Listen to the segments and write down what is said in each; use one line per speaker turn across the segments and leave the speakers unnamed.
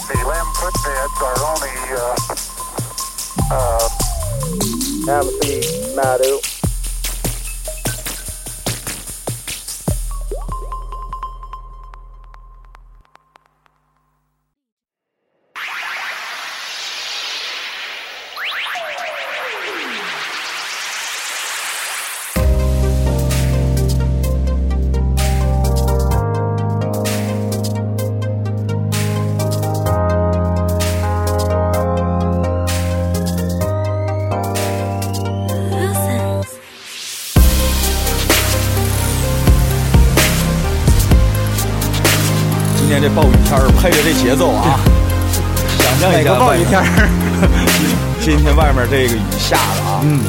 quit bids are only, uh, uh,
Amity Madu.
今天这暴雨天儿配着这节奏啊，想象一
哪
下
个暴雨天
外面，
儿
今天外面这个雨下的啊，
嗯，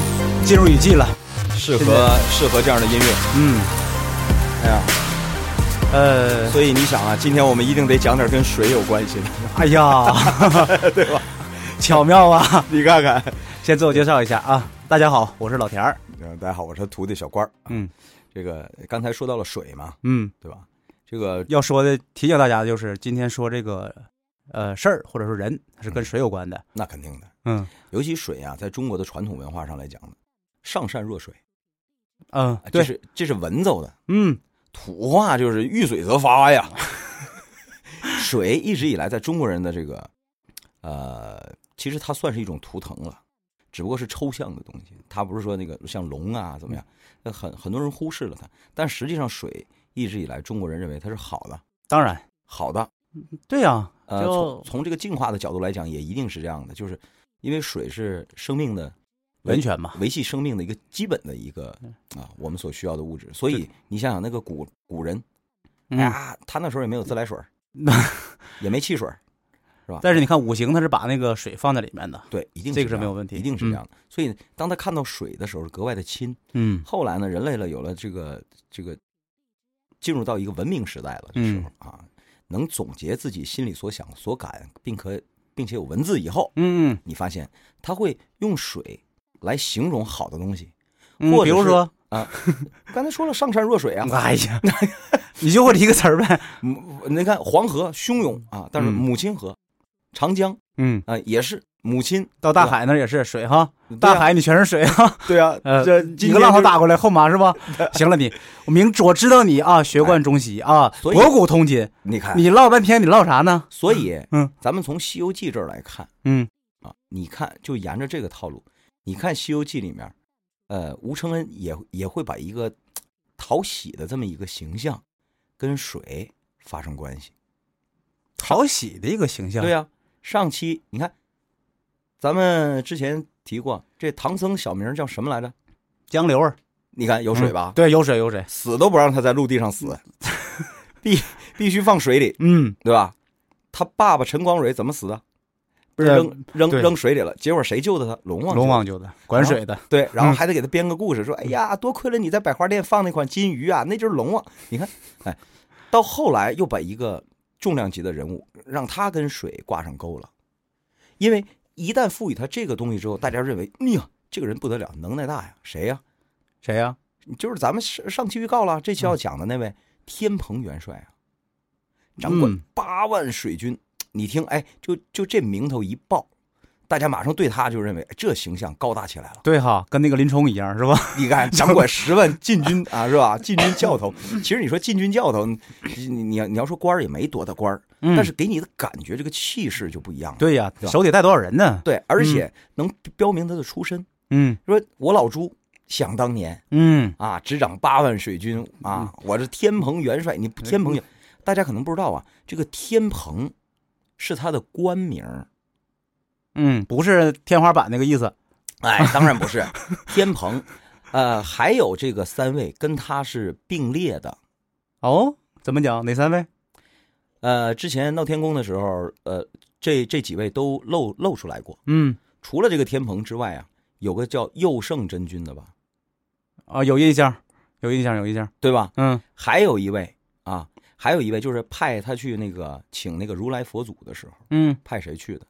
进入雨季了。
适
现
合
在
适合这样的音乐。
嗯，
哎呀，
呃，
所以你想啊，今天我们一定得讲点跟水有关系的，
哎呀，
对吧？
巧 妙啊！
你看看，
先自我介绍一下啊，大家好，我是老田儿。
嗯大家好，我是徒弟小官儿。
嗯
这个刚才说到了水嘛，
嗯，
对吧？这个
要说的提醒大家就是，今天说这个呃事儿或者说人是跟水有关的。
那肯定的，
嗯
尤其水啊，在中国的传统文化上来讲呢，上善若水，
嗯
啊，这
对，
是这是文绉的。
嗯
土话就是遇水则发呀。 水一直以来在中国人的这个，呃，其实它算是一种图腾了，只不过是抽象的东西。它不是说那个像龙啊怎么样，那很很多人忽视了它。但实际上，水一直以来中国人认为它是好的，
当然
好的。
对呀、
呃，
就
从从这个进化的角度来讲，也一定是这样的，就是因为水是生命的
源泉嘛。
维系生命的一个基本的一个啊，我们所需要的物质。所以你想想，那个古古人，哎
嗯，
呀，他那时候也没有自来水儿，也没汽水儿，
但是你看五行它是把那个水放在里面的。
对，一定
这个是
样
没有问题
一定是这样的。所以当他看到水的时候，格外的亲。
嗯
后来呢，人类了有了这个这个进入到一个文明时代了的时
嗯
候啊，能总结自己心里所想所感，并可并且有文字以后，
嗯
你发现他会用水来形容好的东西。
嗯，
或者
比如
是
说，
刚才说了上善若水啊，
哎 呀，你就会一个词儿呗。
嗯，你看黄河汹涌啊，但是
嗯
母亲河、长江
嗯，
啊、也是母亲
到大海那儿也是水哈，
对啊
大海你全是水哈，
对啊，
呃
这
一个浪头打过来后马是吧？ 行了你，我明我知道你啊，学贯中西啊，
所以
博古通今，
你看，
你唠半天你唠啥呢？
所以
嗯
咱们从《西游记》这儿来看
嗯
啊，你看就沿着这个套路，你看《西游记》里面，呃，吴承恩也也会把一个嘖讨喜的这么一个形象跟水发生关系，
讨喜的一个形象，
对呀、啊上期你看，咱们之前提过这唐僧小名叫什么来着？
江流儿啊
你看有水吧？
嗯对，有水有水，
死都不让他在陆地上 死，必必须放水里，
嗯，
对吧？他爸爸陈光蕊怎么死的？啊
不
扔扔
呃对
扔水里了。结果谁救的他？龙王。
龙。王救的，管水的，
对，然后
嗯
还得给他编个故事，说：“哎呀，多亏了你在百花店放那款金鱼啊，那就是龙王。”你看，哎，到后来又把一个重量级的人物让他跟水挂上钩了，因为一旦赋予他这个东西之后，大家认为，哎呀，这个人不得了，能耐大呀，谁呀？
谁呀？
就是咱们上上期预告了，这期
嗯
要讲的那位、天蓬元帅啊，掌管
嗯
八万水军。你听，哎，就就这名头一报，大家马上对他就认为哎这形象高大起来了。
对哈，跟那个林冲一样是吧？
你看，掌管十万禁军啊，是吧？禁军教头，其实你说禁军教头，你你你要你要说官儿也没多大官儿，
嗯
但是给你的感觉，这个气势就不一样了。
对呀，嗯
对吧
手底带多少人呢？
对，而且能标明他的出身。
嗯
说我老朱想当年
嗯，
啊，执掌八万水军啊，我是天蓬元帅。你天蓬元，大家可能不知道啊，这个天蓬是他的官名儿。
嗯，不是天花板那个意思，
哎，当然不是天蓬，呃，还有这个三位跟他是并列的。
哦，怎么讲？哪三位？
呃，之前闹天宫的时候，呃，这这几位都露露出来过。
嗯
除了这个天蓬之外啊，有个叫佑圣真君的吧，
啊，有印象，有印象，有印象，
对吧？
嗯。
还有一位啊，还有一位就是派他去那个请那个如来佛祖的时候，
嗯，
派谁去的？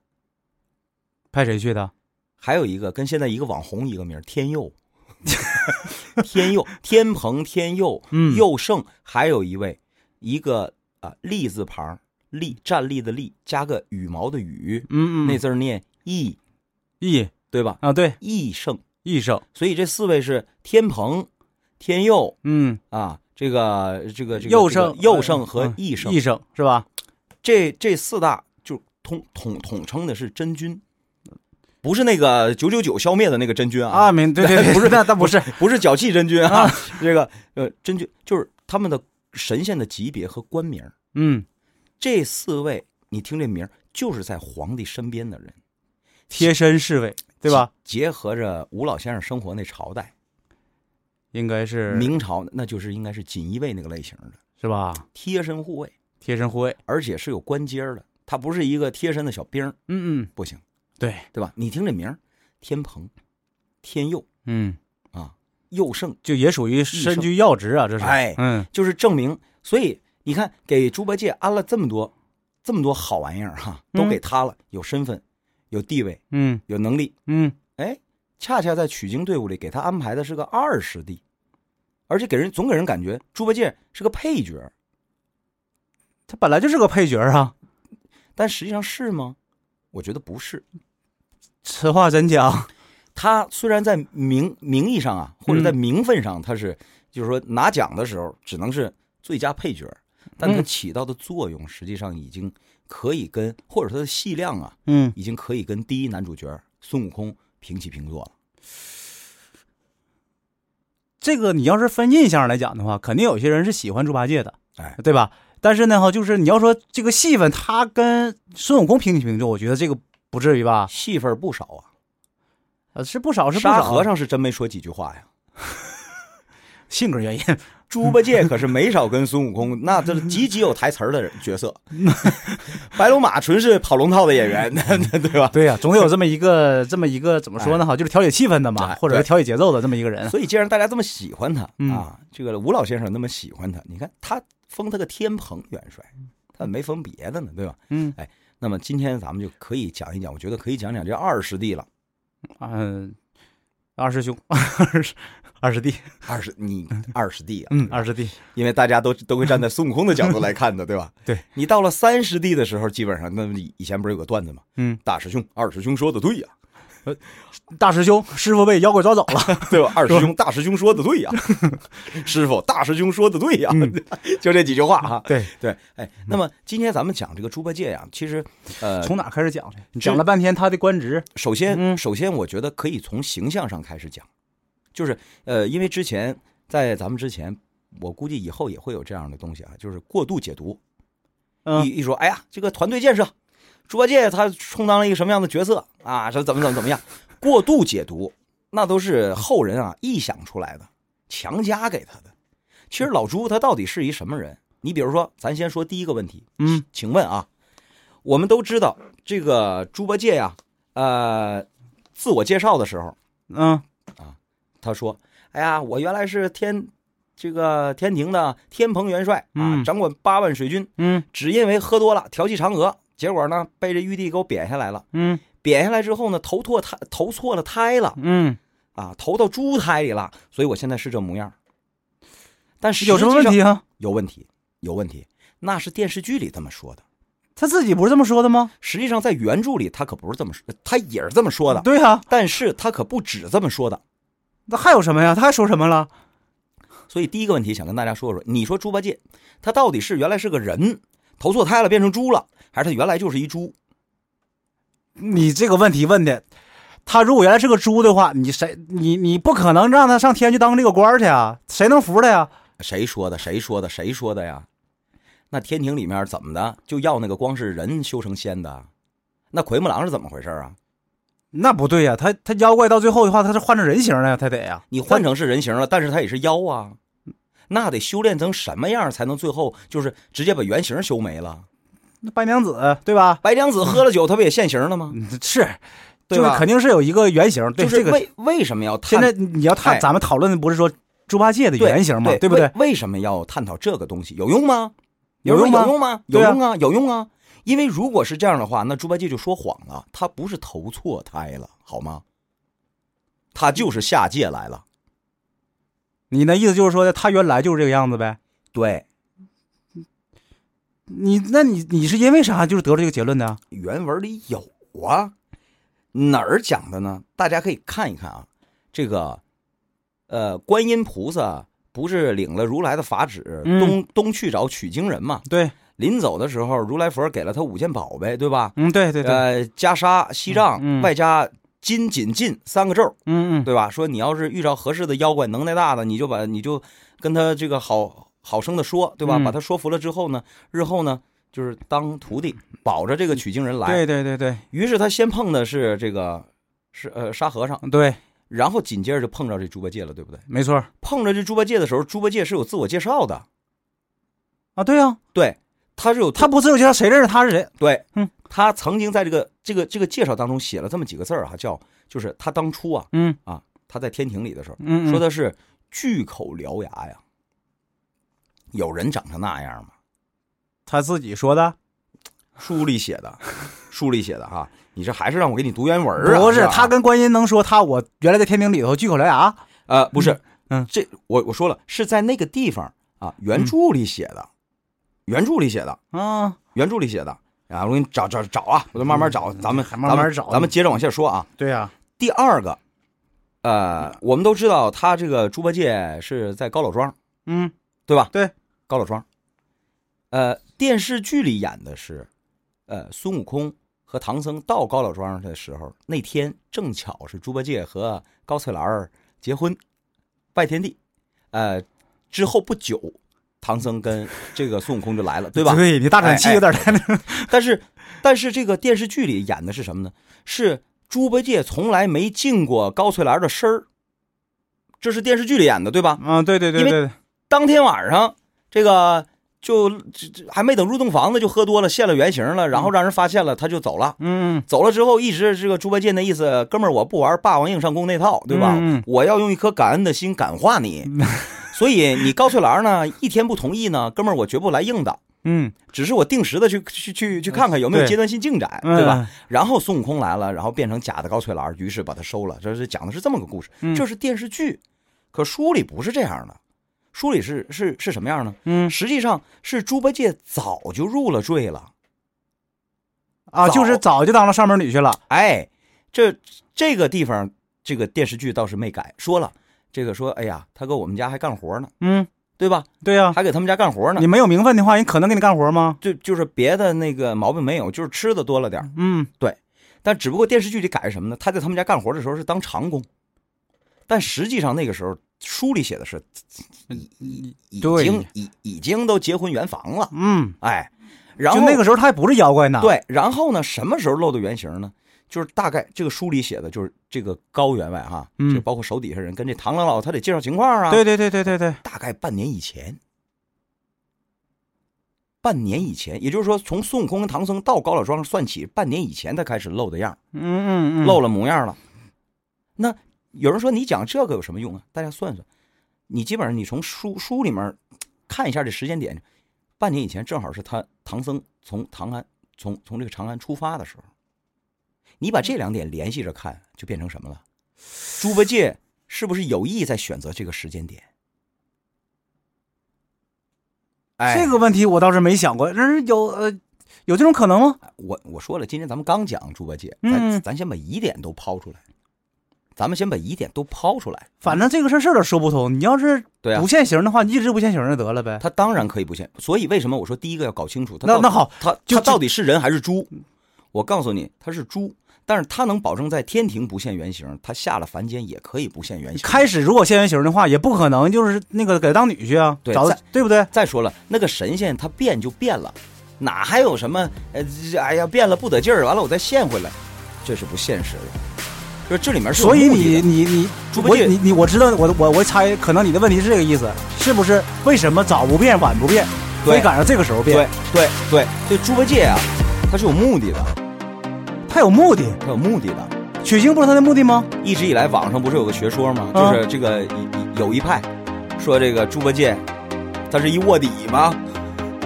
派谁去的？
还有一个跟现在一个网红一个名儿天佑， 天佑，天蓬天佑，
嗯
呃佑胜，还有一位一个啊、立字旁立站立的立，加个羽毛的羽，
嗯嗯，
那字儿念义，
义
对吧？
啊，对，
义圣。
义圣，
所以这四位是天蓬、天佑
嗯，
啊，这个这个这个
右
这个
圣
右圣和
嗯
义圣，
义圣是吧？
这这四大就统统统称的是真君，不是那个九九九消灭的那个真君啊，
啊，明对对 对，
不是
那那不是，
不是脚气真君啊， 这个呃真君就是他们的神仙的级别和官名。
嗯，
这四位，你听这名儿就是在皇帝身边的人，
贴身侍卫对吧？
结？结合着吴老先生生活那朝代，
应该是
明朝那就是应该是锦衣卫那个类型的
是吧？
贴身护卫。
贴身护卫，
而且是有官阶儿的，他不是一个贴身的小兵儿，
嗯嗯，
不行，
对，
对吧？你听这名儿，天蓬、天佑
嗯，
啊，佑圣，
就也属于身居要职啊，这是，
哎
嗯，
就是证明。所以你看，给猪八戒安了这么多、这么多好玩意儿哈、都
嗯
给他了，有身份、有地位、
嗯
有能力。
嗯
哎，恰恰在取经队伍里给他安排的是个二师弟，而且给人总给人感觉猪八戒是个配角儿，
他本来就是个配角啊，
但实际上是吗？我觉得不是。
此话怎讲？
他虽然在名名义上啊，或者在
嗯
名分上，他是就是说拿奖的时候只能是最佳配角，但他
嗯
起到的作用实际上已经可以跟或者他的戏量啊，
嗯，
已经可以跟第一男主角孙悟空平起平坐了。
这个你要是分印象来讲的话，肯定有些人是喜欢猪八戒的，
哎，
对吧？但是呢，哈，就是你要说这个戏份，他跟孙悟空平起平坐，我觉得这个不至于吧？
戏份儿不少啊，
呃，是不少，是不
沙
少。
和哦尚是啊真没说几句话呀。
性格原因，
猪八戒可是没少跟孙悟 空，那这是极其有台词儿的人角 色。白龙马纯是跑龙套的演员， 对吧？
对呀、总得有这么一个 这么一个怎么说呢？哈，就是调节气氛的嘛，
哎
或者是调节节奏的这么一个人。
所以既然大家这么喜欢他、
嗯
啊，这个吴老先生那么喜欢他，你看他封他个天蓬元帅，他没封别的呢，对吧？
嗯
那么今天咱们就可以讲一讲，我觉得可以讲讲这二师弟了。
嗯，二师兄， 二师二师弟，
二师你二师弟啊，
嗯，二师弟，
因为大家都都会站在孙悟空的角度来看的，对吧？
对
你到了三师弟的时候，基本上那么以前不是有个段子吗？
嗯，
大师兄、二师兄说的对呀、
大师兄，师傅被妖怪抓走了。
对吧？二师兄、大师兄说的对呀、师傅、大师兄说的对呀、就这几句话啊。
嗯 对，
对，哎，那么今天咱们讲这个猪八戒呀、其实，呃，
从哪开始讲呢？你讲了半天他的官职，
首先，
嗯
首先我觉得可以从形象上开始讲，就是呃，因为之前在咱们之前，我估计以后也会有这样的东西啊，就是过度解读。
嗯
一一说，哎呀，这个团队建设，猪八戒他充当了一个什么样的角色啊？这怎么怎么怎么样？过度解读，那都是后人啊臆想出来的，强加给他的。其实老朱他到底是一什么人？你比如说，咱先说第一个问题，
嗯，
请问啊，我们都知道这个猪八戒呀、呃，自我介绍的时候，
嗯
他说：“哎呀，我原来是天这个天庭的天蓬元帅啊，
嗯
掌管八万水军，
嗯
只因为喝多了调戏嫦娥，结果呢被这玉帝给我贬下来了。
嗯
贬下来之后呢，投错胎，投错了胎了
嗯，
啊，投到猪胎里了，所以我现在是这模样。但是
有什么问？题啊？
有问题，有问题，那是电视剧里这么说的。”
他自己不是这么说的吗？
实际上，在原著里，他可不是这么说，他也是这么说的，
对呀、
但是他可不止这么说的。
那还有什么呀？他还说什么了？
所以第一个问题想跟大家说说，你说猪八戒他到底是原来是个人投错胎了变成猪了，还是他原来就是一猪？
你这个问题问的，他如果原来是个猪的话，你谁你你不可能让他上天去当这个官儿去啊？谁能服他呀？
谁说的？谁说的？谁说的呀？那天庭里面怎么的就要那个光是人修成仙的？那奎木狼是怎么回事啊？
那不对呀、他他妖怪到最后的话，他是换成人形了呀，他得呀、
你换成是人形了，但是他也是妖啊，那得修炼成什么样才能最后就是直接把原形修没了？
那白娘子对吧？
白娘子喝了酒，他不也现形了吗？
嗯是，
对
就是
吧
肯定是有一个原型。对
就是
这个，
为为什么要探
现在你要看、
哎
咱们讨论的不是说猪八戒的
对
原型嘛，
对
不对？
为？为什么要探讨这个东西？有用吗？有
有用吗
有用吗？有
对啊
用啊，有用啊！因为如果是这样的话，那猪八戒就说谎了，他不是投错胎了，好吗？他就是下界来了。
你那意思就是说他原来就是这个样子呗？
对，
你那你你是因为啥就是得出这个结论的？啊
原文里有啊，哪儿讲的呢？大家可以看一看啊。这个，呃，观音菩萨不是领了如来的法旨，
嗯
东东去找取经人嘛？
对，
临走的时候，如来佛给了他五件宝贝，对吧？
嗯，对对对，
呃，袈裟、锡杖，
嗯嗯
外加金紧禁三个咒，
嗯嗯，
对吧？说你要是遇着合适的妖怪，能耐大的，你就把你就跟他这个好好生的说，对吧？
嗯
把他说服了之后呢，日后呢，就是当徒弟，保着这个取经人来。
对对对对
于是他先碰的是这个是呃沙和尚，
对，
然后紧接着就碰着这猪八戒了，对不对？
没错
碰着这猪八戒的时候，猪八戒是有自我介绍的，
啊，对啊，
对，他是有
他不自我介绍，谁认识他是谁？
对，
嗯，
他曾经在这个这个这个介绍当中写了这么几个字儿啊，叫就是他当初啊
嗯
他在天庭里的时候，
嗯，嗯
说的是巨口獠牙呀，有人长成那样吗？
他自己说
啊
的，
书里写的，书里写的哈，你这还是让我给你读原文啊？
不
是
是
吧
他跟观音能说他我原来在天庭里头巨口獠牙，
呃不是，
嗯
这我我说了是在那个地方啊，原著里写的，原著里写的，
啊，
原著里写的。啊，我给你找找找啊，我就慢慢找，咱们
嗯还慢慢
咱们
找
咱们接着往下说啊。
对呀，
第二个，呃，我们都知道他这个猪八戒是在高老庄，
嗯，
对吧？
对，
高老庄。呃，电视剧里演的是，呃，孙悟空和唐僧到高老庄的时候，那天正巧是猪八戒和高翠兰儿结婚，拜天地。呃，之后不久，唐僧跟这个孙悟空就来了，对 吧？哎
对你大喘气有点太那，
但是，但是这个电视剧里演的是什么呢？是猪八戒从来没进过高翠兰的身儿，这是电视剧里演的，对吧？
啊，对对对
因为
对，
当天晚上，这个就这这还没等入洞房呢，就喝多了，现了原形了，然后让人发现了，他就走了。
嗯嗯，
走了之后，一直这个猪八戒那意思，哥们儿，我不玩霸王硬上弓那套，对吧？
嗯嗯
我要用一颗感恩的心感化 你。所以你高翠兰呢，一天不同意呢，哥们儿，我绝不来硬的，
嗯，
只是我定时的去去去去看看有没有
对
阶段性进展，
嗯
对吧？？然后孙悟空来了，然后变成假的高翠兰，于是把他收了。这是讲的是这么个故事，
嗯
这是电视剧，可书里不是这样的，书里是是是什么样呢？
嗯
实际上是猪八戒早就入了赘了，
啊，
早
就是早就当了上门女婿了，
哎，这这个地方这个电视剧倒是没改，说了这个说，哎呀，他搁我们家还干活呢，
嗯，
对吧？
对呀，
还给他们家干活呢
你，没有名分的话，人可能给你干活吗？
就就是别的那个毛病没有，就是吃的多了点儿
嗯，
但只不过电视剧里改是什么呢？他在他们家干活的时候是当长工，但实际上那个时候书里写的是已已已
对
经已已经都结婚圆房了，
嗯，
哎，然
就
后
那个时候他还不是妖怪呢，，
对，然后呢，什么时候露的原形呢？就是大概这个书里写的，就是这个高员外哈，
嗯
就包括手底下人跟这唐长老，他得介绍情况啊，，
对对对对对对，
大概半年以前。半年以前，也就是说，从孙悟空跟唐僧到高老庄算起，半年以前他开始露的样儿。
嗯嗯嗯，
露了模样了。那有人说你讲这个有什么用啊？大家算算，你基本上你从书书里面看一下这时间点，半年以前正好是他唐僧从长安从从这个长安出发的时候。你把这两点联系着看，就变成什么了？猪八戒是不是有意在选择这个时间点？哎，
这个问题我倒是没想过，那是有呃有这种可能吗？
我我说了，今天咱们刚讲猪八戒，
嗯
咱咱先把疑点都抛出来，咱们先把疑点都抛出来。
反正这个事儿事儿都说不通，你要是
对啊
不现形的话，你一直不现形就得了呗。
他当然可以不信，所以为什么我说第一个要搞清楚他
那
到
那好，
他
就
他
就
到底是人还是猪？我告诉你，他是猪，但是他能保证在天庭不现原形，他下了凡间也可以不现原形。
开始如果现原形的话，也不可能就是那个给他当女婿啊，
对
找
在
对不对？
再说了，那个神仙他变就变了，哪还有什么呃，这哎呀变了不得劲儿，完了我再现回来，这是不现实的。就是这里面是有
所以
目的
你
的
你你
猪八
我
戒
你你我知道我我我猜可能你的问题是这个意思，是不是？为什么早不变晚不变，
对
非赶上这个时候
对
变？
对对，这猪八戒啊，他是有目的的，
他有目的，
他有目的的。
取经不是他的目的吗？
一直以来，网上不是有个学说吗？
啊
就是这个一一有一派说这个猪八戒，他是一卧底嘛，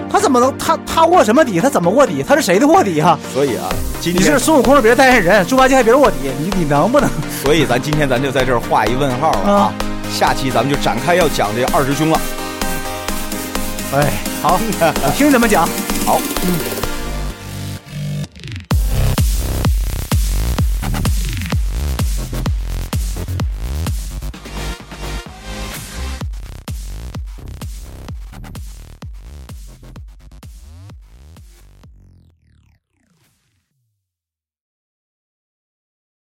他怎么能他他卧什么底？他怎么卧底？他是谁的卧底啊？
所以啊，今
你是
天，
孙悟空是别人代言人，猪八戒还别人卧底，你你能不能？
所以咱今天咱就在这儿画一问号了啊。
啊
下期咱们就展开要讲这二师兄了。
哎。
好，我听你怎么讲。
好。
嗯。